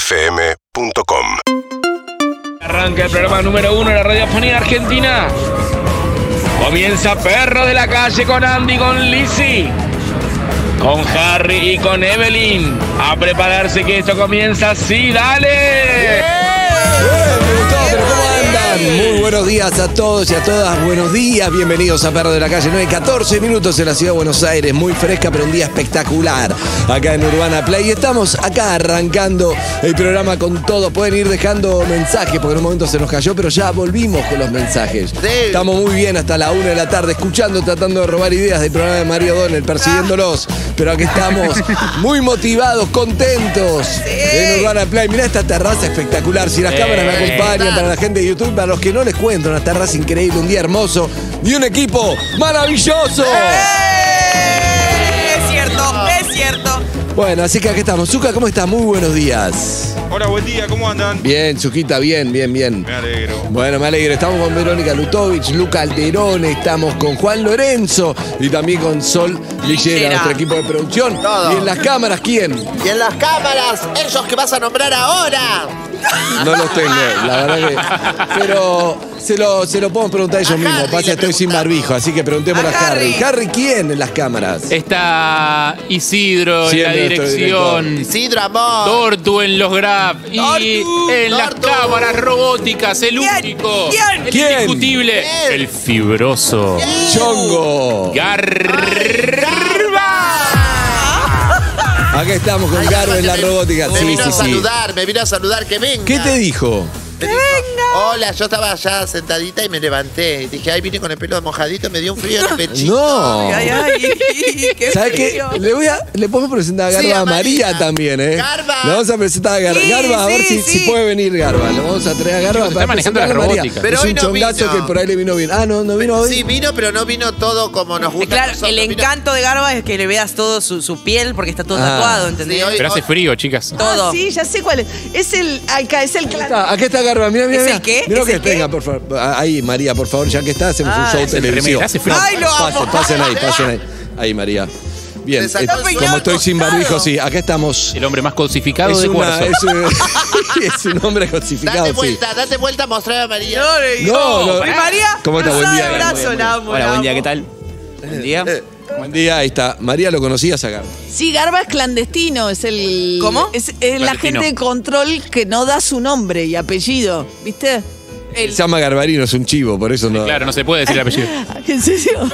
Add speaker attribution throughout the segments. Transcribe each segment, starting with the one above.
Speaker 1: UrbanaPlayFM.com
Speaker 2: Arranca el programa número uno de la radiofonía argentina. Comienza Perro de la Calle con Andy, con Lizzy, con Harry y con Evelyn. A prepararse que esto comienza así, dale.
Speaker 3: Me gustó, pero ¿cómo andan? Muy buenos días a todos y a todas. Buenos días, bienvenidos a Perro de la Calle 9, 14 minutos en la ciudad de Buenos Aires. Muy fresca, pero un día espectacular acá en Urbana Play. Estamos acá arrancando el programa con todo. Pueden ir dejando mensajes, porque en un momento se nos cayó, pero ya volvimos con los mensajes. Estamos muy bien hasta la 1 de la tarde, escuchando, tratando de robar ideas del programa de Mario Donel, persiguiéndolos. Pero aquí estamos, muy motivados, contentos en Urbana Play. Mirá esta terraza espectacular. Si las cámaras me acompañan, para la gente de YouTube, para los que no les cuento, una terraza increíble, un día hermoso y un equipo maravilloso.
Speaker 4: ¡Eh! Es cierto, es cierto.
Speaker 3: Bueno, así que aquí estamos. Zuka, ¿cómo estás? Muy buenos días.
Speaker 5: Hola, buen día, ¿cómo andan?
Speaker 3: Bien, Zuquita, bien, bien, bien.
Speaker 5: Me alegro.
Speaker 3: Bueno, me alegro. Estamos con Verónica Lutovic, Luca Alderón, estamos con Juan Lorenzo y también con Sol Lillera,
Speaker 4: Lillera.
Speaker 3: nuestro equipo de producción.
Speaker 6: Todo.
Speaker 3: Y en las cámaras, ¿quién?
Speaker 6: Y en las cámaras, ellos que vas a nombrar ahora.
Speaker 3: No los tengo, la verdad que. Pero se lo, se lo podemos preguntar a ellos
Speaker 6: A
Speaker 3: mismos.
Speaker 6: Harry
Speaker 3: Pasa,
Speaker 6: le
Speaker 3: estoy sin
Speaker 6: preguntamos.
Speaker 3: barbijo, así que preguntémosle a,
Speaker 4: A
Speaker 3: Harry. Harry.
Speaker 4: Harry.
Speaker 3: ¿quién en las cámaras?
Speaker 7: Está Isidro
Speaker 3: Siempre
Speaker 7: en la
Speaker 3: nuestro
Speaker 7: dirección.
Speaker 6: Isidro Amor.
Speaker 7: Dortu en los grab y
Speaker 6: Dortu,
Speaker 7: en las
Speaker 6: Dortu.
Speaker 7: cámaras robóticas, el
Speaker 4: ¿Quién?
Speaker 7: único,
Speaker 4: ¿Quién?
Speaker 7: el
Speaker 3: ¿Quién?
Speaker 7: indiscutible,
Speaker 6: ¿Quién?
Speaker 7: el fibroso.
Speaker 3: ¡Chongo!
Speaker 7: Garba.
Speaker 3: Acá estamos con
Speaker 6: Ay,
Speaker 3: Garo en la
Speaker 6: me-
Speaker 3: robótica.
Speaker 6: Me
Speaker 3: Sí,
Speaker 6: vino
Speaker 3: sí,
Speaker 6: a
Speaker 3: sí.
Speaker 6: saludar, me vino a saludar, que venga.
Speaker 3: ¿Qué te dijo?
Speaker 6: Me dijo, Hola, yo estaba allá sentadita y me levanté. Y dije, ay, vine con el pelo mojadito, me dio un frío en el pechito.
Speaker 3: No.
Speaker 4: Ay, ay, qué
Speaker 3: ¿Sabes qué?
Speaker 4: frío. Eh,
Speaker 3: Le, voy a, le podemos presentar a Garba
Speaker 6: Sí, a
Speaker 3: a María
Speaker 6: María.
Speaker 3: también, ¿eh?
Speaker 6: Garba.
Speaker 3: Le vamos a presentar a Garba.
Speaker 4: Sí,
Speaker 3: Garba, a ver
Speaker 4: sí,
Speaker 3: si, si
Speaker 4: sí.
Speaker 3: puede venir Garba. Lo vamos a traer a Garba
Speaker 7: Chicos,
Speaker 3: para
Speaker 7: está manejando
Speaker 3: presentarle
Speaker 7: la
Speaker 3: a María.
Speaker 7: robótica.
Speaker 6: Pero
Speaker 3: es
Speaker 6: hoy
Speaker 3: un
Speaker 6: no
Speaker 3: chongazo
Speaker 6: vino.
Speaker 3: que por ahí le vino bien. Ah, no, no vino hoy.
Speaker 6: Sí, vino, pero no vino todo como nos gusta. a
Speaker 4: Claro, el
Speaker 6: nosotros, vino-
Speaker 4: encanto de Garba es que le veas todo su, su piel porque está todo
Speaker 3: Ah.
Speaker 4: tatuado, ¿entendés?
Speaker 6: Sí, hoy-
Speaker 7: Pero hace
Speaker 6: hoy-
Speaker 7: frío, chicas.
Speaker 4: Todo.
Speaker 8: Ah, sí, ya sé cuál es. Es el. Acá, es el clan.
Speaker 3: Está, acá está Garba, mira, mira.
Speaker 4: ¿Es el qué?
Speaker 3: Mira
Speaker 4: ¿Es
Speaker 3: que
Speaker 4: el qué?
Speaker 3: tenga, por favor. Ah, Ahí, María, por favor, ya que está, hacemos un
Speaker 4: Ah,
Speaker 3: show
Speaker 4: es
Speaker 7: el
Speaker 3: televisivo.
Speaker 7: remera, hace frío.
Speaker 4: Ay, lo amo.
Speaker 3: Pasen, pasen ahí, pasen ahí. Ahí, María. Bien,
Speaker 6: Se sacó
Speaker 3: eh,
Speaker 6: el
Speaker 3: como
Speaker 6: peinado
Speaker 3: estoy sin
Speaker 4: costado.
Speaker 3: barbijo, sí, acá estamos.
Speaker 7: El hombre más cosificado
Speaker 3: Es,
Speaker 7: de
Speaker 3: una,
Speaker 7: cuarzo.
Speaker 3: es, un, es un hombre justificado,
Speaker 6: Date
Speaker 3: sí.
Speaker 6: vuelta, date vuelta, mostrar a María.
Speaker 4: No, le digo.
Speaker 3: No, no.
Speaker 4: Y María,
Speaker 3: ¿Cómo está? Buen
Speaker 4: cruzada
Speaker 3: día,
Speaker 4: de
Speaker 3: Garba.
Speaker 4: brazo, la amo,
Speaker 9: Hola,
Speaker 4: la
Speaker 9: buen día,
Speaker 4: amo.
Speaker 9: ¿qué tal? Buen día.
Speaker 3: Eh, Buen día, ahí está. María, ¿lo conocías acá?
Speaker 8: Sí, Garba es clandestino, es el.
Speaker 4: ¿Cómo?
Speaker 8: Es, es la
Speaker 7: Clandestino.
Speaker 8: gente de control que no da su nombre y apellido, ¿viste?
Speaker 3: Se llama Garbarino, es un chivo, por eso no.
Speaker 7: Claro, no se puede decir el apellido.
Speaker 8: ¿En serio?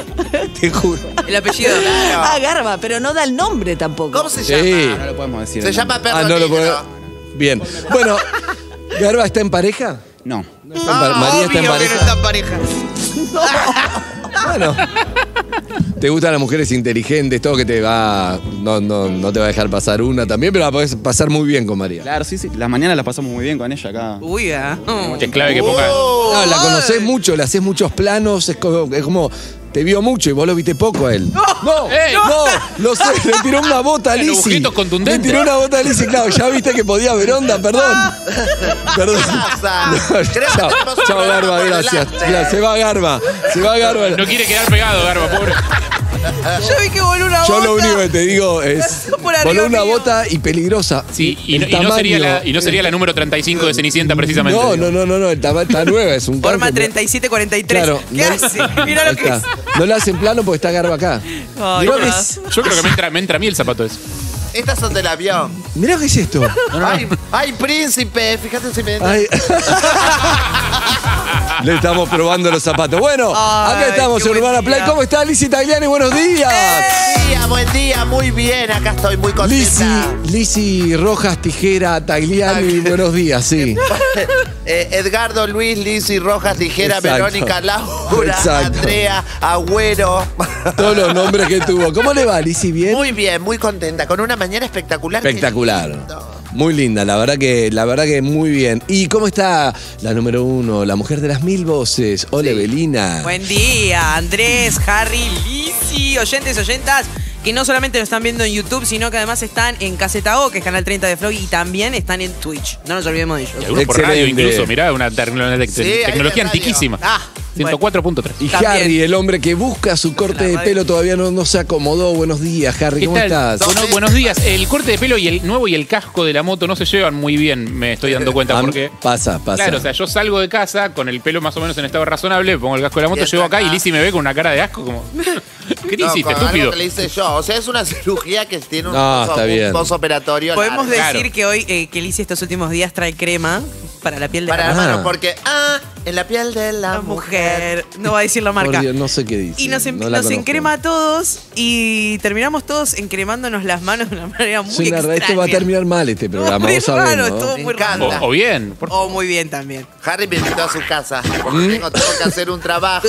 Speaker 3: Te juro.
Speaker 4: El apellido.
Speaker 8: Ah, Garba, pero no da el nombre tampoco.
Speaker 6: ¿Cómo se
Speaker 3: Sí.
Speaker 6: llama?
Speaker 9: No lo podemos decir.
Speaker 6: Se
Speaker 9: el
Speaker 6: llama Perro
Speaker 3: Ah, no lo
Speaker 6: Negro.
Speaker 3: puedo. Bien. Bueno, ¿Garba está en pareja?
Speaker 9: nombre.
Speaker 3: No está
Speaker 6: Ah,
Speaker 3: en pa- María está en
Speaker 4: Ah, obvio que
Speaker 3: pareja.
Speaker 4: no está en pareja.
Speaker 3: Bueno. ¿Te gustan las mujeres inteligentes? Todo que te va. No, no, no te va a dejar pasar una también, pero la podés pasar muy bien con
Speaker 9: No.
Speaker 3: María.
Speaker 9: Claro, sí, sí. Las mañanas las pasamos muy bien con ella acá.
Speaker 4: Uy, ah.
Speaker 7: Es clave que ponga.
Speaker 6: Oh.
Speaker 3: No, la conocés mucho, le haces muchos planos, es como, es como, Te vio mucho y vos lo viste poco a él. ¡No! ¡No!
Speaker 7: ¡Ey!
Speaker 3: lo sé, le tiró una bota a
Speaker 7: Eran
Speaker 3: Lizzy.
Speaker 7: objetos contundentes.
Speaker 3: Le tiró una bota a Lizzy, claro, ya viste que podía haber onda, perdón. Perdón.
Speaker 6: pasa?
Speaker 3: No,
Speaker 6: Creo que
Speaker 3: chao,
Speaker 6: tenemos un
Speaker 3: chao,
Speaker 6: programa
Speaker 3: Garba,
Speaker 6: por
Speaker 3: gracias.
Speaker 6: delante.
Speaker 3: Mira, Se va Garba, se va Garba.
Speaker 7: No quiere quedar pegado, Garba, pobre.
Speaker 4: Yo vi que voló una
Speaker 3: Yo
Speaker 4: bota.
Speaker 3: lo único que te digo es.
Speaker 4: Por arriba
Speaker 3: Voló una
Speaker 4: mío.
Speaker 3: bota y peligrosa.
Speaker 7: Sí, y,
Speaker 3: El
Speaker 7: no- y no sería
Speaker 3: tamaño-
Speaker 7: la, y no sería la número 35 de Cenicienta, precisamente.
Speaker 3: No, no, no, no, no, el tamaño está nueva, es un
Speaker 4: Forma
Speaker 3: tanque, pero-
Speaker 4: 3743.
Speaker 3: Claro.
Speaker 4: ¿Qué hace? Mirá lo
Speaker 3: Ahí
Speaker 4: que
Speaker 3: está.
Speaker 4: es.
Speaker 3: No le hacen plano porque está Garba acá.
Speaker 4: Ay,
Speaker 3: Mirá, que
Speaker 4: Garba.
Speaker 3: es,
Speaker 7: Yo creo que me entra, me entra a mí el zapato ese.
Speaker 6: Estas son del avión.
Speaker 3: mirá qué es esto.
Speaker 6: Ay, ay, príncipe, fíjate si me.
Speaker 3: Ay. Le estamos probando los zapatos. Bueno,
Speaker 4: Ay,
Speaker 3: acá estamos
Speaker 4: qué
Speaker 3: en
Speaker 4: buen
Speaker 3: Urbana Play.
Speaker 4: día. Eh,
Speaker 3: ¿Cómo está Lizzy Tagliani? Buenos días.
Speaker 6: Buen día, buen día, muy bien, acá estoy muy
Speaker 3: Lizzy,
Speaker 6: contenta.
Speaker 3: Lizzy Rojas, Tijera, Tagliani, buenos días, sí.
Speaker 6: Eh, Edgardo, Luis, Lizzy, Rojas, Ligera,
Speaker 3: Exacto.
Speaker 6: Verónica, Laura,
Speaker 3: Exacto.
Speaker 6: Andrea, Agüero.
Speaker 3: Todos los nombres que tuvo. ¿Cómo le va, Lizzy? ¿Bien?
Speaker 6: Muy bien, muy contenta, con una mañana espectacular.
Speaker 3: Espectacular.
Speaker 6: Qué lindo.
Speaker 3: Muy linda, la verdad que, la verdad que muy bien. ¿Y cómo está la número uno, la mujer de las mil voces? Ole Belina.
Speaker 4: Buen día, Andrés, Harry, Lizzy, oyentes, oyentas, que no solamente nos están viendo en YouTube, sino que además están en Caseta O, que es Canal 30 de Frog, y también están en Twitch. No nos olvidemos de ellos.
Speaker 7: Y algunos por radio
Speaker 3: Excelente.
Speaker 7: incluso, mirá, una, tec- una tec-
Speaker 6: Sí, hay de
Speaker 7: tecnología
Speaker 6: radio.
Speaker 7: antiquísima.
Speaker 6: Ah,
Speaker 7: 104.3.
Speaker 10: Y
Speaker 4: También.
Speaker 10: Harry, el hombre que busca su corte de pelo, todavía no, no se acomodó. Buenos días, Harry,
Speaker 7: ¿Qué
Speaker 10: ¿cómo
Speaker 7: tal?
Speaker 10: estás?
Speaker 7: Bueno, buenos días. El corte de pelo y el nuevo y el casco de la moto no se llevan muy bien, me estoy dando cuenta,
Speaker 3: Ah,
Speaker 10: Am-
Speaker 7: porque...
Speaker 10: Pasa, pasa.
Speaker 7: Claro, o sea, yo salgo de casa con el pelo más o menos en estado razonable, me pongo el casco de la moto,
Speaker 6: Y
Speaker 7: llego acá
Speaker 6: acá.
Speaker 7: y Lizzie me ve con una cara de asco como... ¿Qué te
Speaker 6: No,
Speaker 7: hiciste,
Speaker 6: con algo
Speaker 7: estúpido?
Speaker 6: que le hice yo. O sea, es una cirugía que tiene un
Speaker 10: No,
Speaker 6: pozo-
Speaker 10: está
Speaker 6: un
Speaker 10: bien.
Speaker 6: posoperatorio
Speaker 4: Podemos
Speaker 6: largo.
Speaker 4: decir
Speaker 7: Claro.
Speaker 4: que hoy eh, que Lizzie estos últimos días trae crema para la piel de
Speaker 6: Para
Speaker 4: la
Speaker 6: la
Speaker 10: Ah.
Speaker 6: mano, porque ah, en la piel de la mujer.
Speaker 4: mujer. No va a decir la
Speaker 10: Por
Speaker 4: marca.
Speaker 10: Dios, no sé qué dice.
Speaker 4: Y nos, em-
Speaker 10: no la
Speaker 4: nos
Speaker 10: conozco.
Speaker 4: encrema a todos y terminamos todos encremándonos las manos de una manera muy
Speaker 10: Es una-
Speaker 4: extraña.
Speaker 10: esto va a terminar mal este programa,
Speaker 4: muy
Speaker 10: vos sabés,
Speaker 4: raro,
Speaker 10: ¿no?
Speaker 4: estuvo
Speaker 6: Me
Speaker 4: muy raro.
Speaker 6: encanta.
Speaker 7: O, o bien, por-
Speaker 4: O muy bien también.
Speaker 6: Harry me invitó a su casa.
Speaker 4: ¿Mm?
Speaker 6: porque Tengo, tengo que hacer un trabajo.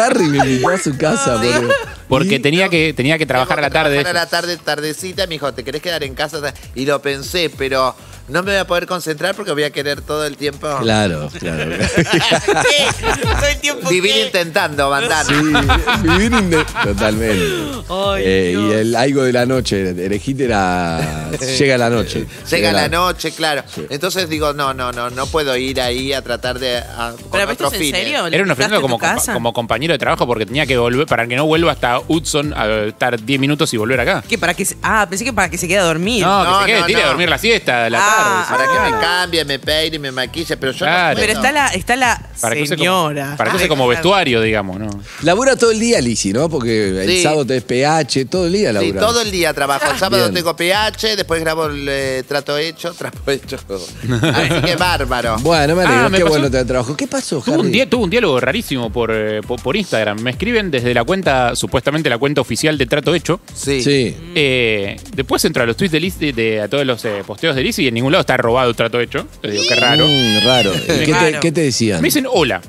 Speaker 10: Harry me invitó a su casa, boludo.
Speaker 7: porque tenía que, tenía que trabajar a la tarde.
Speaker 6: Para la tarde, tardecita, me dijo, ¿te querés quedar en casa? Y lo pensé, pero no me voy a poder concentrar porque voy a querer todo el tiempo
Speaker 10: Claro, claro.
Speaker 4: ¿Qué? Todo el tiempo
Speaker 6: vivir
Speaker 4: que-
Speaker 6: intentando, mandar.
Speaker 10: Sí, vivir inde- Totalmente.
Speaker 4: Ay,
Speaker 10: Eh,
Speaker 4: Dios.
Speaker 10: y el algo de la noche, el hit era. Llega la noche.
Speaker 6: Llega la noche, claro. Entonces digo, no, no, no, no puedo ir ahí a tratar de. a- con
Speaker 4: ¿Pero esto
Speaker 6: otros
Speaker 4: es en
Speaker 6: fines.
Speaker 4: serio? ¿Le
Speaker 7: Era una
Speaker 4: invitaste a
Speaker 7: ofensa
Speaker 4: tu
Speaker 7: como, compa-
Speaker 4: casa?
Speaker 7: como compañero de trabajo porque tenía que volver, para que no vuelva hasta Hudson a estar 10 minutos y volver acá.
Speaker 4: ¿Qué, para que se- Ah, pensé que para que se quede a dormir.
Speaker 7: No, que
Speaker 6: No,
Speaker 7: se quede,
Speaker 6: no,
Speaker 7: tire a
Speaker 6: no.
Speaker 7: dormir la siesta de la
Speaker 4: Ah,
Speaker 7: tarde.
Speaker 6: Para que me cambie, me peine, me maquille, pero yo
Speaker 7: Claro.
Speaker 6: no puedo.
Speaker 4: Pero está la, está la
Speaker 7: Para que use como-
Speaker 4: señora.
Speaker 7: para que use
Speaker 4: Ay,
Speaker 7: como
Speaker 4: claro.
Speaker 7: vestuario, digamos, ¿no?
Speaker 10: Labura todo el día, Lisi, ¿no? Porque el
Speaker 6: Sí.
Speaker 10: sábado te PH, todo el día
Speaker 6: Sí,
Speaker 10: labura.
Speaker 6: todo el día trabajo. El sábado
Speaker 10: Bien.
Speaker 6: tengo PH, después grabo el eh, trato hecho, trapo hecho. Así que bárbaro.
Speaker 10: Bueno, me alegro,
Speaker 7: Ah, me
Speaker 10: qué
Speaker 7: pasó-
Speaker 10: bueno te trabajo. ¿Qué pasó, Harry?
Speaker 7: Tuve un, día- tuve un diálogo rarísimo por, eh, po- por Instagram. Me escriben desde la cuenta, supuestamente la cuenta oficial de Trato Hecho.
Speaker 6: Sí.
Speaker 10: Sí.
Speaker 4: Mm.
Speaker 7: Eh, después entro a los tweets de Liz, de, de- a todos los eh, posteos de Liz y en ningún lado está robado Trato Hecho. Yo digo, qué raro.
Speaker 10: Mm, raro. ¿Y ¿Qué, te,
Speaker 4: Raro.
Speaker 10: qué te decían?
Speaker 7: Me dicen hola,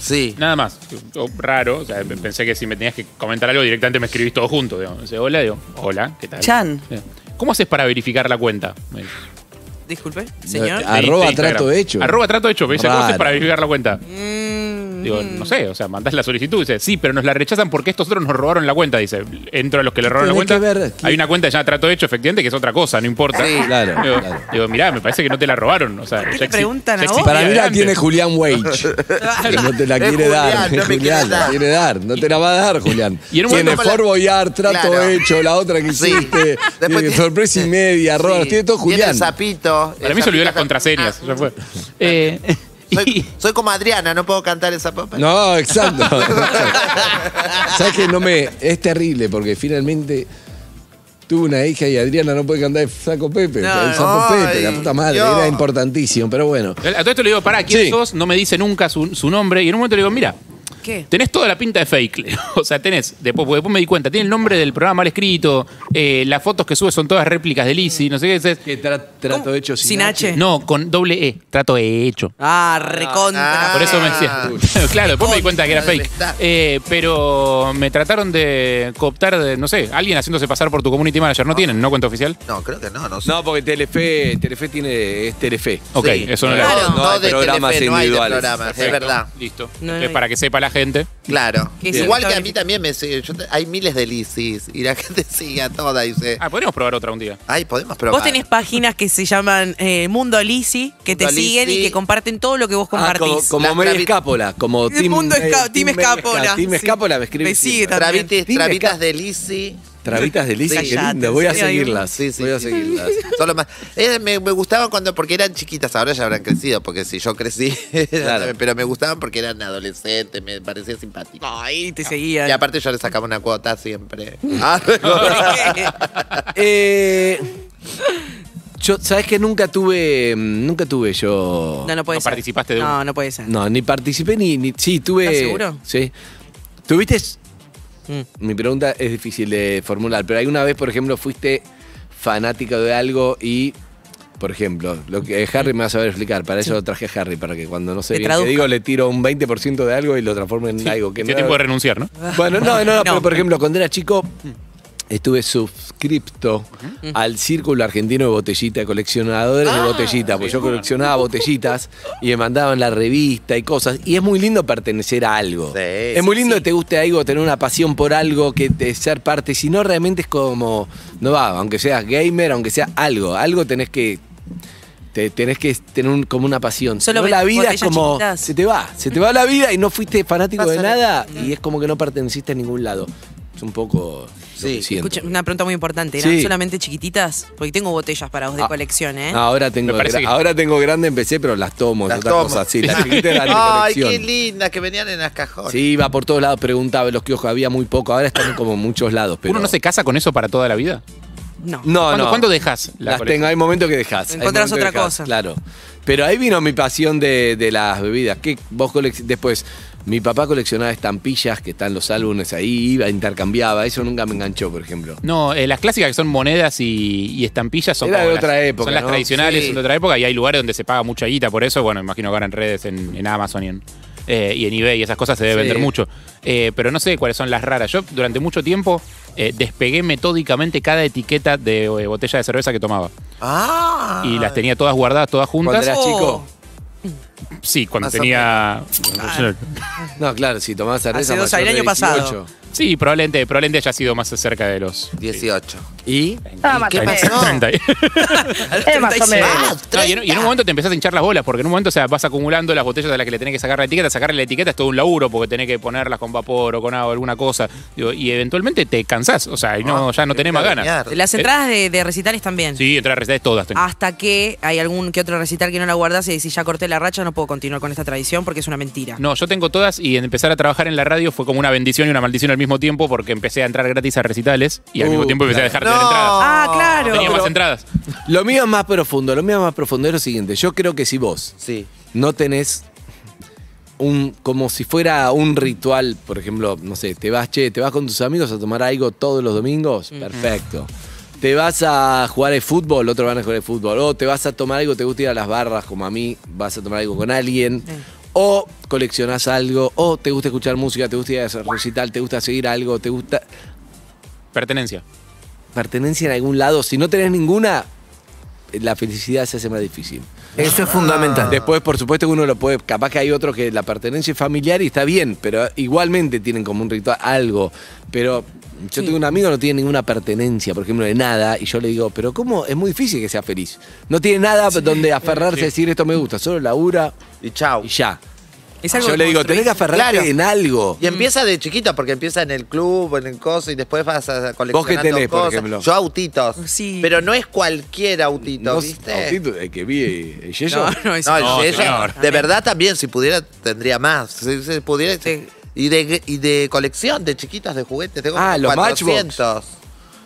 Speaker 6: Sí.
Speaker 7: nada más. Yo, raro, o sea, pe- pensé que si me tenías que comentar algo directamente me escribís todo junto. Digamos. Dice, hola, digo, hola, ¿qué tal?
Speaker 8: Chan.
Speaker 7: Eh, ¿Cómo haces para verificar la cuenta? Me dice.
Speaker 4: Disculpe, señor.
Speaker 10: Ah. Arroba
Speaker 7: De Instagram.
Speaker 10: trato hecho.
Speaker 7: Arroba trato hecho. Me dice, ¿cómo
Speaker 10: Raro.
Speaker 7: haces para verificar la cuenta?
Speaker 4: Mm,
Speaker 7: Digo, no sé, o sea, mandás la solicitud. Dice, sí, pero nos la rechazan porque estos otros nos robaron la cuenta. Dice, entro a los que le robaron la
Speaker 10: Tenés
Speaker 7: cuenta.
Speaker 10: que ver que-
Speaker 7: Hay una cuenta ya trato hecho, efectivamente, que es otra cosa, no importa.
Speaker 10: Sí, claro,
Speaker 7: Digo,
Speaker 10: claro.
Speaker 7: digo, mirá, me parece que no te la robaron. O sea,
Speaker 4: qué
Speaker 7: ya
Speaker 4: te
Speaker 7: exi-
Speaker 4: preguntan
Speaker 7: ya
Speaker 4: a vos?
Speaker 7: existía
Speaker 10: Para mí
Speaker 7: de
Speaker 10: la
Speaker 7: antes.
Speaker 10: tiene Julián Wage. que no te la
Speaker 6: Es
Speaker 10: quiere
Speaker 6: Julián,
Speaker 10: dar.
Speaker 6: no me
Speaker 10: Julián,
Speaker 6: quiere
Speaker 10: la
Speaker 6: dar.
Speaker 10: quiere dar. No te la va a dar, Julián.
Speaker 7: Y en un
Speaker 10: tiene
Speaker 6: momento me la-
Speaker 10: Forboyar, trato
Speaker 6: Claro.
Speaker 10: hecho, la otra que
Speaker 6: Sí.
Speaker 10: hiciste.
Speaker 6: Después
Speaker 10: tiene
Speaker 6: tiene-
Speaker 10: sorpresa y media, Robert.
Speaker 6: Sí.
Speaker 10: Tiene todo
Speaker 6: Tiene
Speaker 10: Julián.
Speaker 6: el zapito.
Speaker 7: Para
Speaker 6: el
Speaker 7: mí se olvidó las
Speaker 6: zapito.
Speaker 7: contraseñas.
Speaker 6: Ah,
Speaker 7: ya fue. Eh, y-
Speaker 6: soy, soy como Adriana, no puedo cantar esa papa.
Speaker 10: No, exacto. ¿Sabes que no me.? Es terrible porque finalmente tuve una hija y Adriana no puede cantar el Saco Pepe.
Speaker 4: No.
Speaker 10: el Saco
Speaker 6: Ay,
Speaker 10: Pepe, la puta madre.
Speaker 6: Dios.
Speaker 10: Era importantísimo, pero bueno.
Speaker 7: a todo esto le digo, pará, ¿quién
Speaker 10: Sí.
Speaker 7: sos? No me dice nunca su, su nombre. Y en un momento le digo, mira,
Speaker 4: ¿Qué?
Speaker 7: Tenés toda la pinta de fake. Leo. O sea, tenés. Después, porque después me di cuenta. Tiene el nombre del programa mal escrito. eh, las fotos que sube son todas réplicas de Lizzy. No sé qué es.
Speaker 10: Que trato hecho
Speaker 4: sin Sin H. H.
Speaker 7: No, con doble E. Trato he hecho.
Speaker 4: Ah, recontra.
Speaker 6: Ah.
Speaker 7: Por eso me decía. claro, después me di cuenta que era fake. Eh, pero me trataron de cooptar de, no sé, alguien haciéndose pasar por tu community manager. No tienen, ¿no? Cuenta oficial.
Speaker 6: No, creo que no, no sé.
Speaker 3: No, porque Telefe, Telefe tiene, es Telefe.
Speaker 7: Ok,
Speaker 6: Sí.
Speaker 7: eso no lo
Speaker 4: Claro.
Speaker 7: hago.
Speaker 6: No,
Speaker 3: No hay
Speaker 6: de
Speaker 3: programas
Speaker 6: Telefe, no hay de
Speaker 3: individuales.
Speaker 6: programas, es
Speaker 7: Perfecto,
Speaker 6: verdad.
Speaker 7: Listo.
Speaker 4: No,
Speaker 7: Entonces,
Speaker 4: no.
Speaker 7: para que sepa la gente.
Speaker 6: Claro.
Speaker 4: Que sí,
Speaker 6: Igual que
Speaker 4: está
Speaker 6: a mí
Speaker 4: bien.
Speaker 6: también me sigue. yo te- hay miles de Lisis y la gente sigue a toda y dice,
Speaker 7: Ah, podríamos probar otra un día.
Speaker 6: ay, podemos probar.
Speaker 4: Vos tenés páginas que se llaman eh, Mundo Lisi, que te
Speaker 6: Mundo
Speaker 4: siguen
Speaker 6: Lisi.
Speaker 4: y que comparten todo lo que vos
Speaker 3: Ah, como
Speaker 4: compartís.
Speaker 3: como
Speaker 6: Las
Speaker 3: Mary
Speaker 6: travi-
Speaker 3: Escápola, como
Speaker 4: El
Speaker 3: Tim,
Speaker 4: mundo esca- Team Escápola.
Speaker 3: Team
Speaker 4: Sí.
Speaker 3: Escápola me escribe.
Speaker 4: Me sigue
Speaker 3: siempre.
Speaker 4: también.
Speaker 6: Travitis,
Speaker 3: Dime,
Speaker 6: travitas de Lisi.
Speaker 3: Travitas de Lizzie,
Speaker 6: Sí.
Speaker 3: qué lindo. Voy a
Speaker 4: Cállate, sí, hay un-
Speaker 3: seguirlas.
Speaker 6: Sí, sí,
Speaker 3: voy a
Speaker 6: sí.
Speaker 3: seguirlas.
Speaker 6: Son los más. Eh, me, me gustaban cuando, porque eran chiquitas, ahora ya habrán crecido, porque si yo crecí,
Speaker 3: Claro.
Speaker 6: pero me gustaban porque eran adolescentes, me parecía simpático.
Speaker 4: Ay, te
Speaker 6: Y
Speaker 4: seguían.
Speaker 6: aparte yo le sacaba una cuota siempre.
Speaker 3: Eh, yo, ¿sabes que nunca tuve. mm, Nunca tuve yo.
Speaker 4: No, no puede
Speaker 7: No
Speaker 4: ser.
Speaker 7: participaste de
Speaker 4: No,
Speaker 7: una.
Speaker 4: no puede ser.
Speaker 3: No, ni participé ni. ni- sí, tuve.
Speaker 4: ¿Estás seguro?
Speaker 3: Sí. ¿Tuviste.?
Speaker 4: Mm.
Speaker 3: Mi pregunta es difícil de formular, pero alguna vez, por ejemplo, fuiste fanático de algo y. Por ejemplo, lo que Harry me va a saber explicar, para eso lo traje a Harry, para que cuando no sé
Speaker 4: Te
Speaker 3: bien qué
Speaker 4: traduzca.
Speaker 3: digo, le tiro un 20% de algo y lo transformo en algo que
Speaker 7: Tiene
Speaker 3: no.
Speaker 7: tiempo Este de renunciar, ¿no?
Speaker 3: Bueno, no, no, no,
Speaker 4: No. Mm.
Speaker 3: pero por ejemplo, cuando era chico estuve suscripto al Círculo Argentino de Botellita, coleccionadores
Speaker 4: Ah,
Speaker 3: de botellitas, porque yo coleccionaba botellitas y me mandaban la revista y cosas. Y es muy lindo pertenecer a algo.
Speaker 6: Sí,
Speaker 3: es muy lindo que te guste algo, tener una pasión por algo, que te, ser parte. Si no, realmente es como, no va, aunque seas gamer, aunque sea algo, algo tenés que... Te- tenés que tener un- como una pasión. Si
Speaker 4: Solo
Speaker 3: no,
Speaker 4: ve-
Speaker 3: la vida es
Speaker 4: botellas
Speaker 3: como.
Speaker 4: chiquitas.
Speaker 3: Se te va. Se te va la vida y no fuiste fanático de
Speaker 6: Pásale.
Speaker 3: nada y es como que no perteneciste a ningún lado. Es un poco. lo que
Speaker 6: Sí.
Speaker 3: siento.
Speaker 4: Escuchen, una pregunta muy importante. ¿Eran
Speaker 3: Sí.
Speaker 4: solamente chiquititas? Porque tengo botellas para vos de
Speaker 3: Ah.
Speaker 4: colección, ¿eh?
Speaker 3: No, ahora tengo,
Speaker 7: Me parece
Speaker 3: gra-
Speaker 7: que-
Speaker 3: ahora tengo grande, empecé, pero las tomo,
Speaker 6: Las
Speaker 3: es otra
Speaker 6: tomo.
Speaker 3: cosa. Sí, las chiquitas eran de
Speaker 6: Ah, Ay, qué
Speaker 3: colección.
Speaker 6: lindas que venían en las cajones.
Speaker 3: Sí, iba por todos lados, preguntaba en los kioscos, había muy poco, ahora están como en muchos lados. Pero...
Speaker 7: ¿Uno no se casa con eso para toda la vida?
Speaker 4: No.
Speaker 3: No,
Speaker 7: ¿Cuándo,
Speaker 3: no.
Speaker 7: cuándo dejas la
Speaker 3: las
Speaker 7: colección?
Speaker 3: tengo, hay momentos que dejas. hay
Speaker 4: Encontrás
Speaker 3: momentos que
Speaker 4: otra
Speaker 3: dejás,
Speaker 4: cosa.
Speaker 3: Claro. Pero ahí vino mi pasión de, de las bebidas. Que vos colec- Después, mi papá coleccionaba estampillas que están los álbumes ahí, iba, intercambiaba. Eso nunca me enganchó, por ejemplo.
Speaker 7: No, eh, las clásicas que son monedas y, y estampillas son
Speaker 3: Era
Speaker 7: como
Speaker 3: de
Speaker 7: las-
Speaker 3: otra época,
Speaker 7: Son las
Speaker 3: ¿no?
Speaker 7: tradicionales,
Speaker 3: Sí.
Speaker 7: son de otra época y hay lugares donde se paga mucha guita por eso. Bueno, imagino que ahora en redes, en, en Amazon y en, eh, y en eBay y esas cosas se debe
Speaker 3: Sí.
Speaker 7: vender mucho. Eh, pero no sé cuáles son las raras. Yo durante mucho tiempo eh, despegué metódicamente cada etiqueta de eh, botella de cerveza que tomaba.
Speaker 6: Ah.
Speaker 7: Y las tenía todas guardadas, todas
Speaker 3: Cuando
Speaker 7: juntas.
Speaker 3: eras
Speaker 4: Oh.
Speaker 3: chico.
Speaker 7: Sí, cuando
Speaker 6: Más
Speaker 7: tenía.
Speaker 3: No, claro, si tomabas cerveza.
Speaker 4: Hace dos
Speaker 3: mayor
Speaker 4: años,
Speaker 3: de
Speaker 4: año pasado.
Speaker 3: 18.
Speaker 7: Sí, probablemente, probablemente haya sido más cerca de los.
Speaker 6: 18.
Speaker 3: ¿Y?
Speaker 11: Ah, más
Speaker 6: qué
Speaker 11: o menos.
Speaker 6: pasó?
Speaker 7: 30.
Speaker 4: A los
Speaker 11: Eh, más
Speaker 4: 36.
Speaker 11: o menos.
Speaker 6: Ah,
Speaker 7: No, y, en, y en un momento te empezás a hinchar las bolas, porque en un momento o sea, vas acumulando las botellas a las que le tenés que sacar la etiqueta. Sacarle la etiqueta es todo un laburo, porque tenés que ponerlas con vapor o con agua, alguna cosa. Digo, y eventualmente te cansás, o sea, y
Speaker 6: Ah,
Speaker 7: no, ya no tenés más ganas.
Speaker 4: Eh, Las entradas de, de recitales también.
Speaker 7: Eh, Sí, entrar a recetas todas. tengo.
Speaker 4: Hasta que hay algún que otro recital que no la guardas y decís, ya corté la racha, no puedo continuar con esta tradición porque es una mentira.
Speaker 7: No, yo tengo todas y empezar a trabajar en la radio fue como una bendición y una maldición al mismo tiempo, porque empecé a entrar gratis a recitales y al
Speaker 3: Uh,
Speaker 7: mismo tiempo empecé a dejar de tener
Speaker 6: No.
Speaker 7: entradas.
Speaker 4: Ah, claro.
Speaker 7: Tenía más entradas.
Speaker 3: Lo mío es más profundo, lo mío es más profundo. Es lo siguiente, yo creo que si vos
Speaker 6: Sí.
Speaker 3: no tenés un como si fuera un ritual, por ejemplo, no sé, te vas, che, te vas con tus amigos a tomar algo todos los domingos, perfecto. Te vas a jugar al fútbol, otros van a jugar al fútbol. O te vas a tomar algo, te gusta ir a las barras como a mí, vas a tomar algo con alguien. O coleccionás algo, o te gusta escuchar música, te gusta ir a hacer recital, te gusta seguir algo, te gusta
Speaker 7: Pertenencia.
Speaker 3: pertenencia en algún lado. Si no tenés ninguna, la felicidad se hace más difícil. Eso es fundamental. Después, por supuesto que uno lo puede, capaz que hay otro que la pertenencia es familiar y está bien, pero igualmente tienen como un ritual, algo. Pero yo tengo un amigo que no tiene ninguna pertenencia, por ejemplo, de nada, y yo le digo, pero ¿cómo? Es muy difícil que sea feliz. No tiene nada donde aferrarse a decir esto me gusta, solo labura
Speaker 6: Y chau.
Speaker 3: y ya.
Speaker 4: Es algo
Speaker 3: Yo
Speaker 4: que
Speaker 3: le digo, tenés
Speaker 4: construís.
Speaker 3: que aferrarte
Speaker 6: Claro.
Speaker 3: en algo.
Speaker 6: Y empieza de chiquito, porque empieza en el club, en el coso, y después vas a coleccionando
Speaker 3: ¿Vos qué tenés, por
Speaker 6: cosas.
Speaker 3: ejemplo?
Speaker 6: Yo autitos.
Speaker 4: Sí.
Speaker 6: Pero no es cualquier autito,
Speaker 3: No,
Speaker 6: ¿viste?
Speaker 3: autito, eh, que vi, eh, Yello.
Speaker 4: No, no, es-
Speaker 6: No,
Speaker 7: No,
Speaker 6: ella-
Speaker 7: señor.
Speaker 6: de verdad también, si pudiera, tendría más. Si, si pudiera,
Speaker 4: Sí.
Speaker 6: y, de, y de colección de chiquitos de juguetes. Tengo
Speaker 3: Ah,
Speaker 6: como
Speaker 3: los Matchbox.
Speaker 6: 400.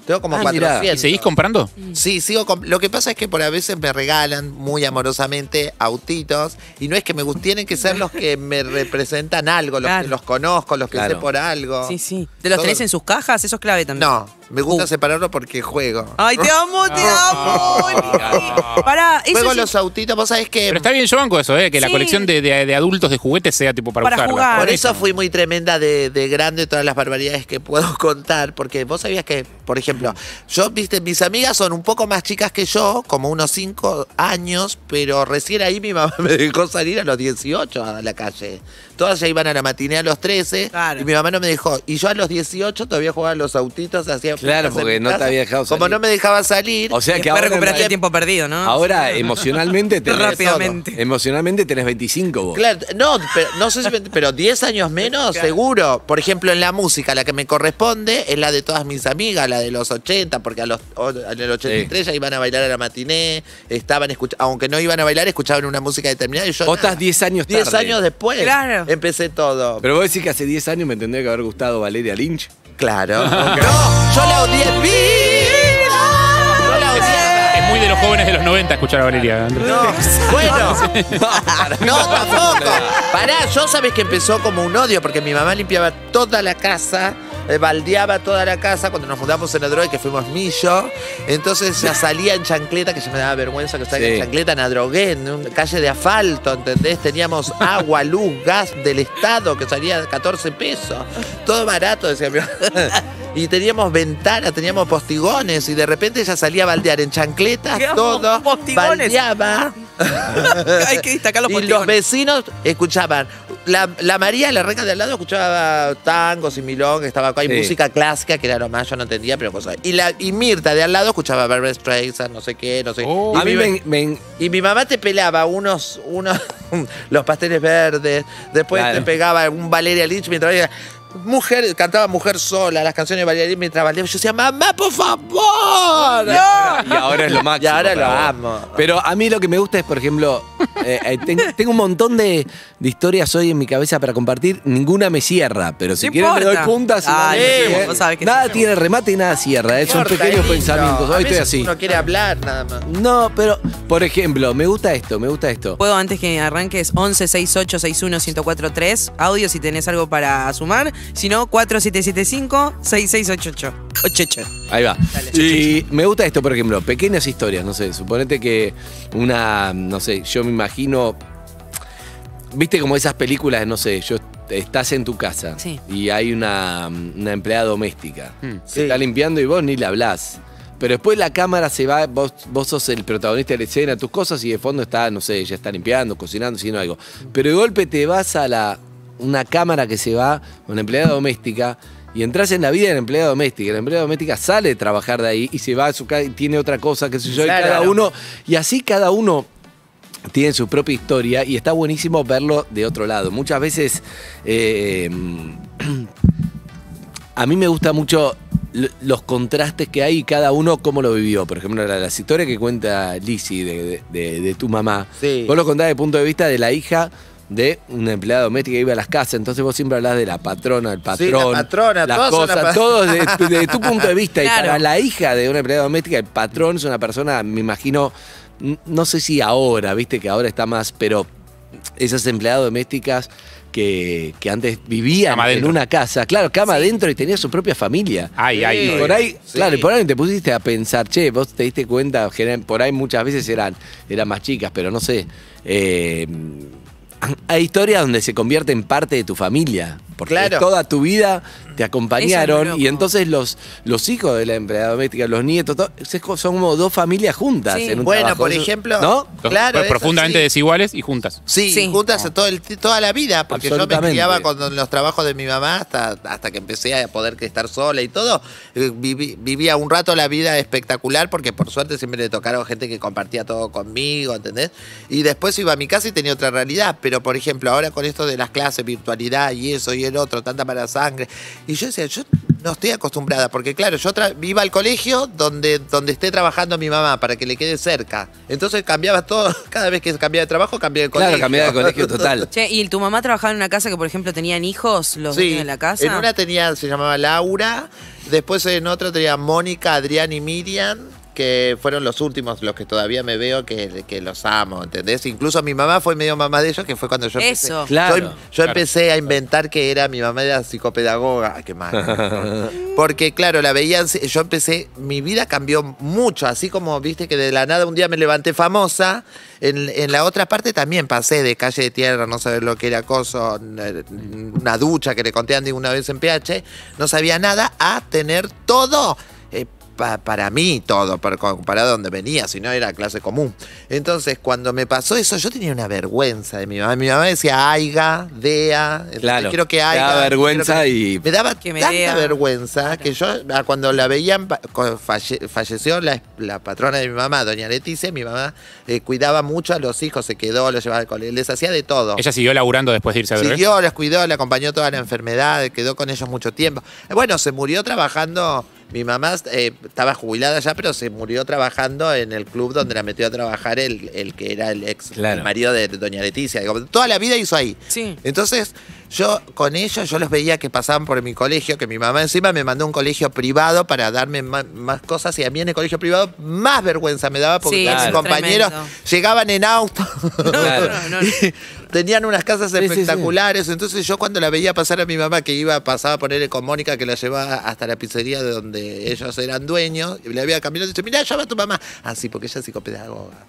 Speaker 6: Tengo como
Speaker 3: Ah, mirá.
Speaker 6: 400.
Speaker 7: ¿Y seguís comprando?
Speaker 6: Sí, sigo comp- Lo que pasa es que por a veces me regalan muy amorosamente autitos y no es que me gusten, tienen que ser los que me representan algo, los
Speaker 4: Claro.
Speaker 6: que los conozco, los que sé
Speaker 3: Claro.
Speaker 6: por algo.
Speaker 4: Sí, sí. ¿Te los
Speaker 6: Todo-
Speaker 4: tenés en sus cajas? Eso es clave también.
Speaker 6: No, me gusta
Speaker 4: Uh. Ah,
Speaker 6: separarlo porque juego.
Speaker 4: Ay, te amo, te amo. Nicky. Pará, eso
Speaker 6: juego
Speaker 4: es
Speaker 6: los autitos, vos sabés que
Speaker 7: Pero está bien, yo banco eso, ¿eh? que la
Speaker 4: Sí.
Speaker 7: colección de, de- de adultos de juguetes sea tipo para,
Speaker 4: Para
Speaker 7: usarla.
Speaker 4: jugar.
Speaker 6: Por eso fui muy tremenda de, de grande todas las barbaridades que puedo contar, porque vos sabías que, por ejemplo, yo, viste, mis amigas son un poco más chicas que yo, como unos 5 años, pero recién ahí mi mamá me dejó salir a los 18 a la calle. Todas ya iban a la matiné a los 13
Speaker 4: Claro.
Speaker 6: y mi mamá no me dejó. Y yo a los 18 todavía jugaba a los autitos, hacía...
Speaker 3: Claro,
Speaker 6: fiestas en
Speaker 3: porque
Speaker 6: mi
Speaker 3: no te
Speaker 6: casa.
Speaker 3: había dejado
Speaker 6: Como
Speaker 3: salir.
Speaker 6: no me dejaba salir...
Speaker 3: O sea que
Speaker 4: Después
Speaker 3: ahora,
Speaker 4: recuperaste el tiempo perdido, ¿no?
Speaker 6: Ah.
Speaker 3: ahora emocionalmente tenés,
Speaker 4: Rápidamente.
Speaker 3: Emocionalmente tenés 25 vos.
Speaker 6: Claro, no, pero, no sé si, me- pero 10 años menos, seguro. Por ejemplo, en la música, la que me corresponde es la de todas mis amigas, la de los 80, porque a los, o- en el 83 ya iban a bailar a la matiné, estaban escuch- aunque no iban a bailar, escuchaban una música determinada y yo...
Speaker 3: Vos estás
Speaker 6: nada.
Speaker 3: 10 años
Speaker 6: 10
Speaker 3: tarde.
Speaker 6: años después
Speaker 4: Claro.
Speaker 6: empecé todo.
Speaker 3: Pero vos decís que hace 10 años me tendría que haber gustado Valeria Lynch.
Speaker 6: claro. No, yo la odié en vida. Yo la odiaba.
Speaker 7: Es muy de los jóvenes de los 90 escuchar a Valeria.
Speaker 6: No, bueno, no tampoco. Pará, yo sabes que empezó como un odio porque mi mamá limpiaba toda la casa, eh, baldeaba toda la casa cuando nos mudamos en Adrogué, que fuimos millo. Entonces ya salía en chancleta, que yo me daba vergüenza que salga
Speaker 3: Sí.
Speaker 6: en chancleta en Adrogué, en una calle de asfalto, ¿entendés? Teníamos agua, luz, gas del Estado que salía a 14 pesos. Todo barato, decía mi mamá. Y teníamos ventanas, teníamos postigones y de repente ella salía a baldear en chancletas,
Speaker 4: Qué
Speaker 6: todo,
Speaker 4: postigones. Ah.
Speaker 6: baldeaba.
Speaker 4: Hay que destacar los
Speaker 6: Y los
Speaker 4: postigones.
Speaker 6: vecinos escuchaban la, la María, la reina de al lado, escuchaba tangos y milón, estaba acá. Hay
Speaker 3: Sí.
Speaker 6: música clásica, que era lo más, yo no entendía, pero cosas. Y, la, y Mirta de al lado escuchaba Barbra Streisand, no sé qué, no sé.
Speaker 7: Oh.
Speaker 6: Y
Speaker 3: A mí
Speaker 6: mi-
Speaker 3: me, me-
Speaker 6: y mi mamá te pelaba unos, unos los pasteles verdes, después
Speaker 3: Claro.
Speaker 6: te pegaba un Valeria Lynch mientras bailaba. Mujer, cantaba Mujer sola, las canciones de Valeria Lynch mientras bailaba. Yo decía, mamá, por favor.
Speaker 3: Y ahora es lo máximo.
Speaker 6: Y ahora
Speaker 3: para
Speaker 6: lo
Speaker 3: vos.
Speaker 6: amo.
Speaker 3: Pero a mí lo que me gusta es, por ejemplo, eh, eh, ten- tengo un montón de, de historias hoy en mi cabeza para compartir. Ninguna me cierra, pero si
Speaker 4: No
Speaker 3: quieren le doy
Speaker 4: importa.
Speaker 3: puntas. y
Speaker 4: Ay,
Speaker 3: nada,
Speaker 6: no
Speaker 3: eh,
Speaker 6: sabemos,
Speaker 4: vos sabés que
Speaker 3: nada
Speaker 4: sí.
Speaker 3: tiene remate y nada cierra. eh, Son
Speaker 6: Corta,
Speaker 3: pequeños
Speaker 6: lindo.
Speaker 3: pensamientos.
Speaker 6: A
Speaker 3: Hoy estoy
Speaker 6: veces
Speaker 3: así.
Speaker 6: Uno quiere hablar nada más.
Speaker 3: No, pero, por ejemplo, me gusta esto, me gusta esto.
Speaker 4: Puedo antes que arranques 11 68 61 1043 audio si tenés algo para sumar, si no 4775 6688. Ochocho.
Speaker 3: Ahí va. Y me gusta esto, por ejemplo, pequeñas historias, no sé, suponete que una, no sé, yo me imagino, viste como esas películas, no sé, yo estás en tu casa
Speaker 4: Sí.
Speaker 3: y hay una, mm, una empleada doméstica que
Speaker 6: sí.
Speaker 3: está limpiando y vos ni le hablás. Pero después la cámara se va, vos, vos sos el protagonista de la escena, tus cosas, y de fondo está, no sé, ella está limpiando, cocinando, haciendo algo. Pero de golpe te vas a la, una cámara que se va, una empleada doméstica, y entras en la vida de la empleada doméstica. La empleada doméstica sale de trabajar de ahí y se va a su casa y tiene otra cosa, qué sé yo,
Speaker 6: Claro.
Speaker 3: y cada uno. Y así cada uno tienen su propia historia y está buenísimo verlo de otro lado. Muchas veces eh, a mí me gusta mucho l- los contrastes que hay y cada uno cómo lo vivió. Por ejemplo, la- las historias que cuenta Lizzie de, de- de- de tu mamá.
Speaker 6: Sí.
Speaker 3: Vos lo contás desde el punto de vista de la hija de una empleada doméstica que iba a las casas. Entonces vos siempre hablás de la patrona, el
Speaker 6: Sí,
Speaker 3: patrón.
Speaker 6: la patrona,
Speaker 3: las
Speaker 6: todas son
Speaker 3: cosas,
Speaker 6: la pat-
Speaker 3: todo desde, desde tu punto de vista. Y
Speaker 4: Claro.
Speaker 3: para la hija de una empleada doméstica, el patrón es una persona, me imagino, n- no sé si ahora, viste que ahora está más, pero esas empleadas domésticas que, que antes vivían
Speaker 7: Cama
Speaker 3: en
Speaker 7: adentro.
Speaker 3: una casa, claro, cama adentro y tenía su propia familia.
Speaker 7: Ay, ay,
Speaker 3: Y
Speaker 7: no,
Speaker 3: por
Speaker 7: eh.
Speaker 3: ahí,
Speaker 6: Sí.
Speaker 3: claro, y por ahí te pusiste a pensar, che, vos te diste cuenta, gener- por ahí muchas veces eran, eran más chicas, pero no sé. eh, hay historias donde se convierte en parte de tu familia. Porque
Speaker 6: Claro.
Speaker 3: toda tu vida te
Speaker 4: Eso es muy
Speaker 3: acompañaron.
Speaker 4: loco.
Speaker 3: Y entonces los, los hijos de la empleada doméstica, los nietos, todo- es co- son como dos familias juntas
Speaker 4: Sí.
Speaker 3: en un
Speaker 6: Bueno,
Speaker 3: trabajo.
Speaker 6: por
Speaker 3: Eso-
Speaker 6: ejemplo,
Speaker 3: ¿No?
Speaker 7: Dos-
Speaker 6: Claro,
Speaker 7: pues,
Speaker 6: es
Speaker 7: profundamente
Speaker 6: así.
Speaker 7: desiguales y juntas.
Speaker 6: Sí,
Speaker 4: Sí.
Speaker 6: juntas todo el, ti- toda la vida, porque yo me
Speaker 3: Absolutamente.
Speaker 6: criaba con los trabajos de mi mamá hasta, hasta que empecé a poder que estar sola y todo. Eh, viví- vivía un rato la vida espectacular porque por suerte siempre le tocaron gente que compartía todo conmigo, ¿entendés? Y después iba a mi casa y tenía otra realidad, pero por ejemplo, ahora con esto de las clases, virtualidad y eso y el otro, tanta para sangre, y yo decía, yo no estoy acostumbrada, porque claro, yo tra- iba al colegio donde, donde esté trabajando mi mamá para que le quede cerca. Entonces cambiaba todo, cada vez que cambiaba de trabajo cambiaba de colegio.
Speaker 3: Claro, cambiar de colegio total.
Speaker 4: Che, ¿y tu mamá trabajaba en una casa que, por ejemplo, tenían hijos los
Speaker 6: Sí,
Speaker 4: dueños de la casa?
Speaker 6: En una tenía, se llamaba Laura, después en otra tenía Mónica, Adrián y Miriam, que fueron los últimos, los que todavía me veo, que, que los amo, ¿entendés? Incluso mi mamá fue medio mamá de ellos, que fue cuando yo empecé.
Speaker 4: Eso.
Speaker 3: Claro,
Speaker 6: Yo, yo empecé a inventar que era mi mamá era psicopedagoga. Ay, qué mal. Porque, claro, la veían. Yo empecé. Mi vida cambió mucho. Así como viste que de la nada un día me levanté famosa. En, en la otra parte también pasé de calle de tierra, no saber lo que era acoso, n- una ducha que le conté a Andy una vez en PH. No sabía nada a tener todo. eh, pa- para mí todo, para- comparado a donde venía, si no era clase común. Entonces, cuando me pasó eso, yo tenía una vergüenza de mi mamá. Mi mamá decía Aiga, Dea, entonces,
Speaker 3: Claro,
Speaker 6: quiero que
Speaker 3: te
Speaker 6: Aiga.
Speaker 3: daba vergüenza
Speaker 6: quiero
Speaker 3: y-
Speaker 6: Me daba
Speaker 4: Que me
Speaker 6: tanta
Speaker 4: dea.
Speaker 6: vergüenza que yo, ah, cuando la veían, pa- co- falle- falleció la, la patrona de mi mamá, doña Leticia, mi mamá eh, cuidaba mucho a los hijos, se quedó, los llevaba al colegio, les hacía de
Speaker 3: Oh.
Speaker 6: todo.
Speaker 7: Ella siguió laburando después de irse a ver.
Speaker 6: Siguió, los cuidó, le acompañó toda la enfermedad, quedó con ellos mucho tiempo. Eh, Bueno, se murió trabajando. Mi mamá eh, estaba jubilada ya, pero se murió trabajando en el club donde la metió a trabajar el, el que era el ex
Speaker 3: Claro.
Speaker 6: el marido de doña Leticia. Digo, Toda la vida hizo ahí.
Speaker 4: Sí.
Speaker 6: Entonces, yo con ellos, yo los veía que pasaban por mi colegio, que mi mamá encima me mandó a un colegio privado para darme ma- más, cosas y a mí en el colegio privado más vergüenza me daba porque
Speaker 4: Sí,
Speaker 6: todos
Speaker 3: eso
Speaker 6: mis
Speaker 3: es
Speaker 6: compañeros
Speaker 4: tremendo.
Speaker 6: llegaban en auto.
Speaker 3: Claro.
Speaker 4: no, no.
Speaker 6: Tenían unas casas
Speaker 3: sí, sí.
Speaker 6: espectaculares. Entonces yo cuando la veía pasar a mi mamá que iba, pasaba a ponerle con Mónica que la llevaba hasta la pizzería de donde ellos eran dueños, y le había caminado y dice, mirá, ya va tu mamá. Así, porque ella es psicopedagoga.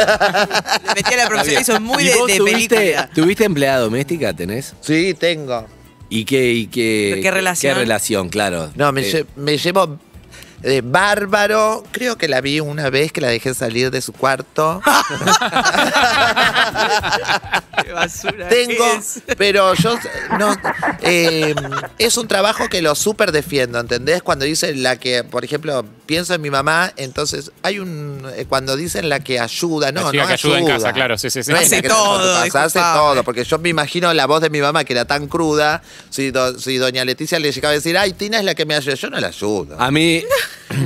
Speaker 4: Le metía la profesora, eso es muy
Speaker 3: ¿Y
Speaker 4: de,
Speaker 3: vos
Speaker 4: de
Speaker 3: tuviste,
Speaker 4: película.
Speaker 3: ¿Tuviste empleada doméstica? ¿Tenés?
Speaker 6: sí, tengo.
Speaker 3: ¿Y qué, y qué,
Speaker 4: ¿Pero qué relación?
Speaker 3: qué relación, claro.
Speaker 6: No, me,
Speaker 3: Eh,
Speaker 6: lle- me llevo de bárbaro. Creo que la vi una vez que la dejé salir de su cuarto.
Speaker 4: Qué basura.
Speaker 6: Tengo,
Speaker 4: es.
Speaker 6: pero yo no. eh, es un trabajo que lo súper defiendo, ¿entendés? Cuando dicen la que, por ejemplo, pienso en mi mamá, entonces hay un. eh, cuando dicen la que ayuda, no,
Speaker 7: La chica
Speaker 6: no
Speaker 7: que ayuda en casa, claro, sí, sí, sí.
Speaker 6: No es la
Speaker 4: Hace
Speaker 6: que trabaja en
Speaker 4: todo,
Speaker 6: tu casa, hace
Speaker 4: disculpame.
Speaker 6: todo, porque yo me imagino la voz de mi mamá que era tan cruda, si, do- si doña Leticia le llegaba a decir, ay, Tina es la que me ayuda, yo no la ayudo.
Speaker 3: A mí,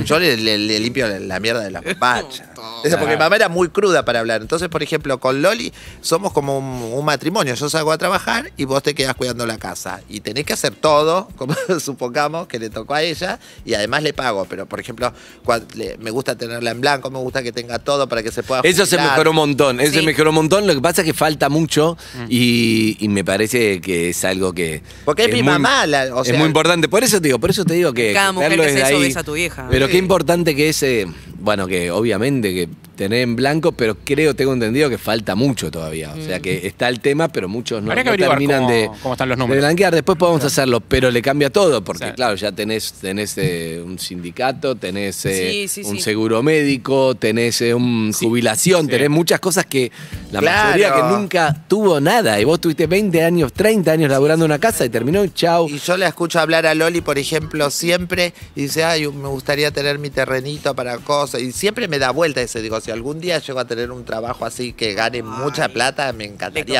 Speaker 6: Yo le, le- le limpio la, la mierda de la pacha. Eso porque mi mamá era muy cruda para hablar. Entonces, por ejemplo, con Loli somos como un, un matrimonio. Yo salgo a trabajar y vos te quedas cuidando la casa. Y tenés que hacer todo, como supongamos que le tocó a ella, y además le pago. Pero, por ejemplo, cua- le- me gusta tenerla en blanco, me gusta que tenga todo para que se pueda
Speaker 3: eso se
Speaker 6: jubilar.
Speaker 3: mejoró un montón, eso se
Speaker 4: Sí.
Speaker 3: mejoró un montón, lo que pasa es que falta mucho
Speaker 4: Mm.
Speaker 3: y, y me parece que es algo que...
Speaker 6: Porque es mi mamá, la- o
Speaker 3: es
Speaker 6: sea-
Speaker 3: muy importante, por eso te digo, por eso te digo que...
Speaker 4: Cada
Speaker 3: que
Speaker 4: mujer
Speaker 3: verlo
Speaker 4: que se
Speaker 3: desde
Speaker 4: hizo
Speaker 3: ahí-
Speaker 4: besa a tu vieja.
Speaker 3: Pero
Speaker 6: Sí.
Speaker 3: qué importante que es, eh, bueno, que obviamente que tener en blanco, pero creo, tengo entendido que falta mucho todavía. O sea
Speaker 4: Mm.
Speaker 3: que está el tema, pero muchos no,
Speaker 7: Habría que
Speaker 3: no
Speaker 7: averiguar
Speaker 3: terminan
Speaker 7: cómo-
Speaker 3: de,
Speaker 7: cómo están los números.
Speaker 3: de blanquear. Después podemos hacerlo, pero le cambia todo, porque
Speaker 7: Sí.
Speaker 3: claro, ya tenés, tenés eh, un sindicato, tenés eh,
Speaker 4: Sí, sí,
Speaker 3: un
Speaker 4: sí.
Speaker 3: seguro médico, tenés eh, un jubilación,
Speaker 7: Sí.
Speaker 3: tenés muchas cosas que la
Speaker 6: Claro.
Speaker 3: mayoría que nunca tuvo nada. Y vos tuviste 20 años, 30 años laburando en una casa y terminó, chau.
Speaker 6: Y yo la escucho hablar a Loli, por ejemplo, siempre y dice, ay, me gustaría tener mi terrenito para cosas. Y siempre me da vuelta ese, digo, si algún día llego a tener un trabajo así que gane mucha plata, me encantaría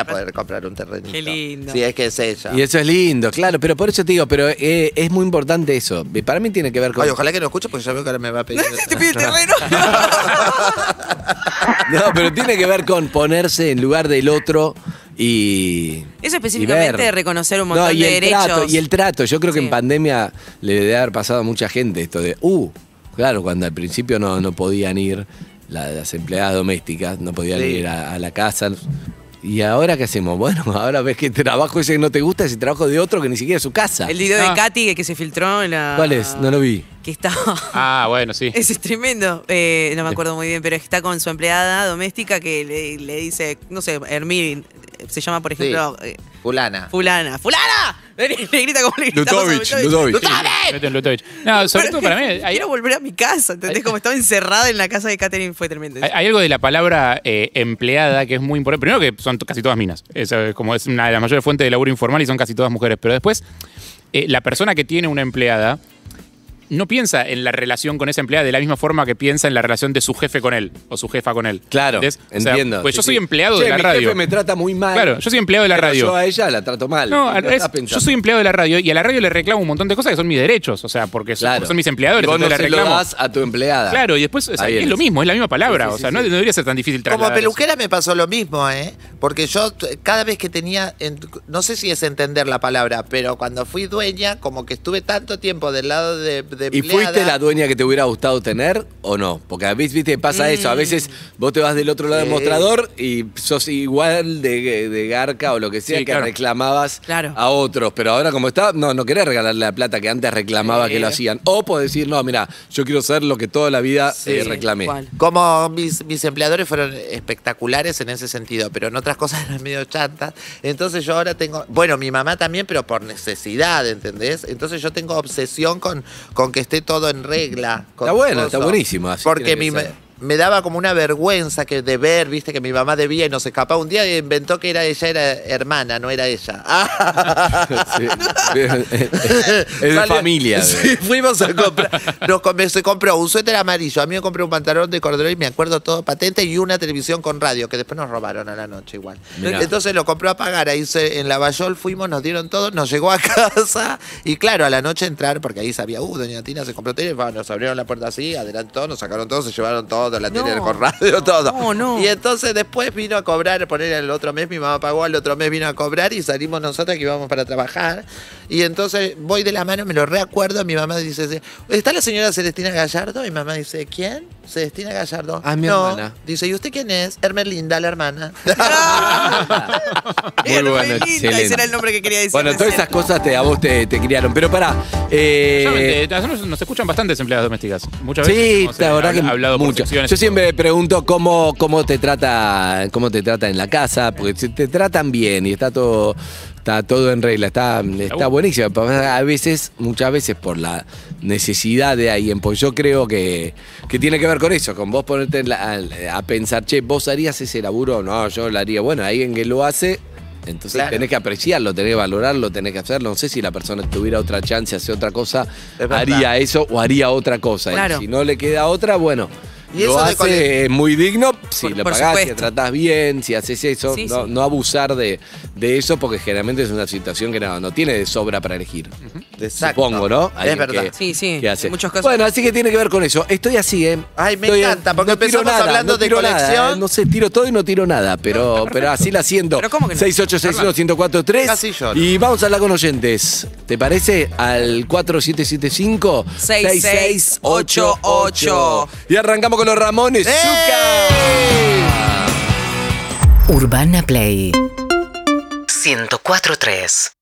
Speaker 4: Le compras-
Speaker 6: poder comprar un terrenito.
Speaker 4: Qué lindo.
Speaker 6: Si es que es ella.
Speaker 3: Y eso es lindo, claro, pero por eso te digo, pero eh, es muy importante eso. Para mí tiene que ver con...
Speaker 6: Ay, ojalá que no escuche porque ya veo que ahora me va a pedir.
Speaker 4: Te pide el terreno.
Speaker 3: No, pero tiene que ver con ponerse en lugar del otro y.
Speaker 4: Eso específicamente
Speaker 3: y ver.
Speaker 4: de reconocer un montón
Speaker 3: y
Speaker 4: de
Speaker 3: el
Speaker 4: derechos.
Speaker 3: Trato, y el trato. Yo creo que
Speaker 4: Sí.
Speaker 3: en pandemia le debe haber pasado a mucha gente esto de. Uh, claro, cuando al principio no, no podían ir la- las empleadas domésticas, no podían
Speaker 6: Sí.
Speaker 3: ir a, a la casa. ¿Y ahora qué hacemos? Bueno, ahora ves que trabajo ese que no te gusta, ese trabajo de otro que ni siquiera es su casa.
Speaker 4: El video
Speaker 7: Ah.
Speaker 4: de Katy que se filtró en la.
Speaker 3: ¿Cuál es? No lo vi.
Speaker 4: Que está.
Speaker 7: Ah, bueno, sí.
Speaker 4: Ese es tremendo. Eh, no me acuerdo muy bien, pero está con su empleada doméstica que le, le dice, no sé, Hermín, eh, se llama, por ejemplo, eh,
Speaker 6: Fulana.
Speaker 4: Fulana. ¡Fulana! Le grita como le gritamos a
Speaker 3: Lutovich, Lutovich.
Speaker 4: ¡Lutovich!
Speaker 7: Vete en Lutovic. No, sobre todo para mí, hay,
Speaker 4: Quiero volver a mi casa, ¿entendés? Como estaba encerrada en la casa de Catherine, fue tremendo.
Speaker 7: hay- hay algo de la palabra eh, empleada que es muy importante. Primero que son to- casi todas minas. Esa es como es una de las mayores fuentes de laburo informal y son casi todas mujeres. Pero después, eh, la persona que tiene una empleada no piensa en la relación con esa empleada de la misma forma que piensa en la relación de su jefe con él o su jefa con él.
Speaker 3: Claro,
Speaker 7: ¿Entendés? O sea,
Speaker 3: entiendo.
Speaker 7: pues yo
Speaker 3: Sí,
Speaker 7: soy
Speaker 3: sí.
Speaker 7: empleado
Speaker 3: Che,
Speaker 7: de la
Speaker 3: mi
Speaker 7: radio.
Speaker 3: jefe me trata muy mal.
Speaker 7: Claro, yo soy empleado de la
Speaker 3: Pero
Speaker 7: radio.
Speaker 3: Yo a ella la trato mal.
Speaker 7: No,
Speaker 3: ¿Qué
Speaker 7: al
Speaker 3: estás
Speaker 7: revés, yo
Speaker 3: pensando?
Speaker 7: soy empleado de la radio y a la radio le reclamo un montón de cosas que son mis derechos, o sea, porque son,
Speaker 3: Claro.
Speaker 7: son mis empleadores,
Speaker 3: Y vos no
Speaker 7: entonces le
Speaker 3: se lo
Speaker 7: reclamo.
Speaker 3: das a tu empleada.
Speaker 7: Claro, y después o sea,
Speaker 3: Ahí
Speaker 7: es
Speaker 3: es.
Speaker 7: lo mismo, es la misma palabra, o sea, no, no debería ser tan difícil
Speaker 6: Como
Speaker 7: trasladar eso.
Speaker 6: peluquera me pasó lo mismo, ¿eh? Porque yo t- cada vez que tenía, en- no sé si es entender la palabra, pero cuando fui dueña, como que estuve tanto tiempo del lado de, de
Speaker 3: ¿Y fuiste
Speaker 6: empleada,
Speaker 3: la dueña que te hubiera gustado tener o no? Porque a veces viste,
Speaker 4: Mm.
Speaker 3: pasa eso. A veces vos te vas del otro lado del
Speaker 6: Sí.
Speaker 3: mostrador y sos igual de, de garca o lo que sea
Speaker 7: Sí,
Speaker 3: que
Speaker 7: claro.
Speaker 3: reclamabas
Speaker 4: Claro.
Speaker 3: a otros. Pero ahora como está, no, no querés regalarle la plata que antes reclamaba que lo hacían. O podés decir, no, mira, yo quiero ser lo que toda la vida eh, reclamé.
Speaker 4: Igual.
Speaker 6: Como mis, mis empleadores fueron espectaculares en ese sentido, pero en otras cosas eran medio chantas. Entonces yo ahora tengo, bueno, mi mamá también, pero por necesidad, ¿entendés? Entonces yo tengo obsesión con, con que esté todo en regla. con
Speaker 3: Está bueno,
Speaker 6: todo
Speaker 3: está
Speaker 6: eso.
Speaker 3: buenísimo, así
Speaker 6: Porque
Speaker 3: tiene que
Speaker 6: mi
Speaker 3: ser.
Speaker 6: ma- me daba como una vergüenza que de ver, viste, que mi mamá debía y nos escapaba. Un día inventó que era ella, era hermana, no era ella.
Speaker 3: Sí. es de
Speaker 6: Salió-
Speaker 3: familia. de-
Speaker 6: Sí, fuimos a comprar. Nos com- se compró un suéter amarillo. A mí me compré un pantalón de cordero y me acuerdo todo patente y una televisión con radio, que después nos robaron a la noche igual.
Speaker 3: Mirá.
Speaker 6: Entonces lo compró a pagar. Ahí se- en Lavallol fuimos, nos dieron todo, nos llegó a casa. Y claro, a la noche entrar, porque ahí sabía, uh, doña Tina se compró tele, va, nos abrieron la puerta así, adelante todo, nos sacaron todo, se llevaron todo, la tele
Speaker 4: No.
Speaker 6: con radio, todo.
Speaker 4: No, no.
Speaker 6: Y entonces después vino a cobrar, poner el otro mes, mi mamá pagó, al otro mes vino a cobrar y salimos nosotros que íbamos para trabajar. Y entonces voy de la mano, me lo reacuerdo, mi mamá dice, ¿está la señora Celestina Gallardo? Y mi mamá dice, ¿quién? Celestina Gallardo.
Speaker 3: Ah, mi
Speaker 6: no.
Speaker 3: hermana.
Speaker 6: Dice, ¿y usted quién es? Hermelinda, la hermana.
Speaker 3: Muy
Speaker 4: Era
Speaker 3: bueno,
Speaker 4: Hermelinda,
Speaker 3: excelente.
Speaker 4: Ese era el nombre que quería decir.
Speaker 3: Bueno, todas
Speaker 4: recién.
Speaker 3: esas cosas te, a vos te, te criaron. Pero pará. eh,
Speaker 7: Realmente, a nosotros nos escuchan bastantes empleadas domésticas. Muchas veces
Speaker 3: Sí,
Speaker 7: hemos, eh,
Speaker 3: la verdad
Speaker 7: habl-
Speaker 3: que
Speaker 7: hablado por
Speaker 3: mucho.
Speaker 7: secciones
Speaker 3: Yo
Speaker 7: y
Speaker 3: siempre pregunto cómo, cómo te trata, cómo te tratan en la casa, porque si te tratan bien y está todo, Está todo en regla, está, está buenísimo. Pasa A veces, muchas veces por la necesidad de alguien, pues yo creo que, que tiene que ver con eso, con vos ponerte en la- a, a pensar, che, vos harías ese laburo, no, yo lo haría. Bueno, alguien que lo hace, entonces
Speaker 6: Claro.
Speaker 3: tenés que apreciarlo, tenés que valorarlo, tenés que hacerlo. No sé si la persona tuviera otra chance, hace otra cosa,
Speaker 6: verdad.
Speaker 3: haría eso o haría otra cosa. Y
Speaker 4: Claro.
Speaker 3: si no le queda otra, bueno.
Speaker 6: Y
Speaker 3: lo
Speaker 6: eso de
Speaker 3: hace,
Speaker 6: cole-
Speaker 3: es muy digno si
Speaker 4: Por-
Speaker 3: lo
Speaker 4: por
Speaker 3: pagás, si
Speaker 4: supuesto.
Speaker 3: tratás bien, si haces eso,
Speaker 4: Sí,
Speaker 3: no,
Speaker 4: sí.
Speaker 3: no abusar de, de eso, porque generalmente es una situación que no, no tiene de sobra para elegir.
Speaker 6: Exacto.
Speaker 3: Supongo, ¿no?
Speaker 6: Es
Speaker 3: Alguien
Speaker 6: verdad.
Speaker 3: que-
Speaker 4: Sí, sí,
Speaker 3: que hace.
Speaker 4: en muchos casos.
Speaker 3: Bueno, así que tiene que ver con eso. Estoy así, ¿eh?
Speaker 6: Ay, me
Speaker 3: Estoy-
Speaker 6: encanta, porque
Speaker 3: tiro
Speaker 6: empezamos hablando de
Speaker 3: tiro nada,
Speaker 6: colección.
Speaker 3: ¿eh? no sé, tiro todo y no tiro nada, pero, pero así la siento.
Speaker 4: Pero ¿cómo que no?
Speaker 3: 6861-1043.
Speaker 6: Casi lloro.
Speaker 3: Y vamos a hablar con oyentes. ¿Te parece? Al 4775
Speaker 4: 6688.
Speaker 3: Y arrancamos con los
Speaker 6: ¡Eh!
Speaker 3: Ramones. ¡Zucca!
Speaker 11: Urbana Play 104.3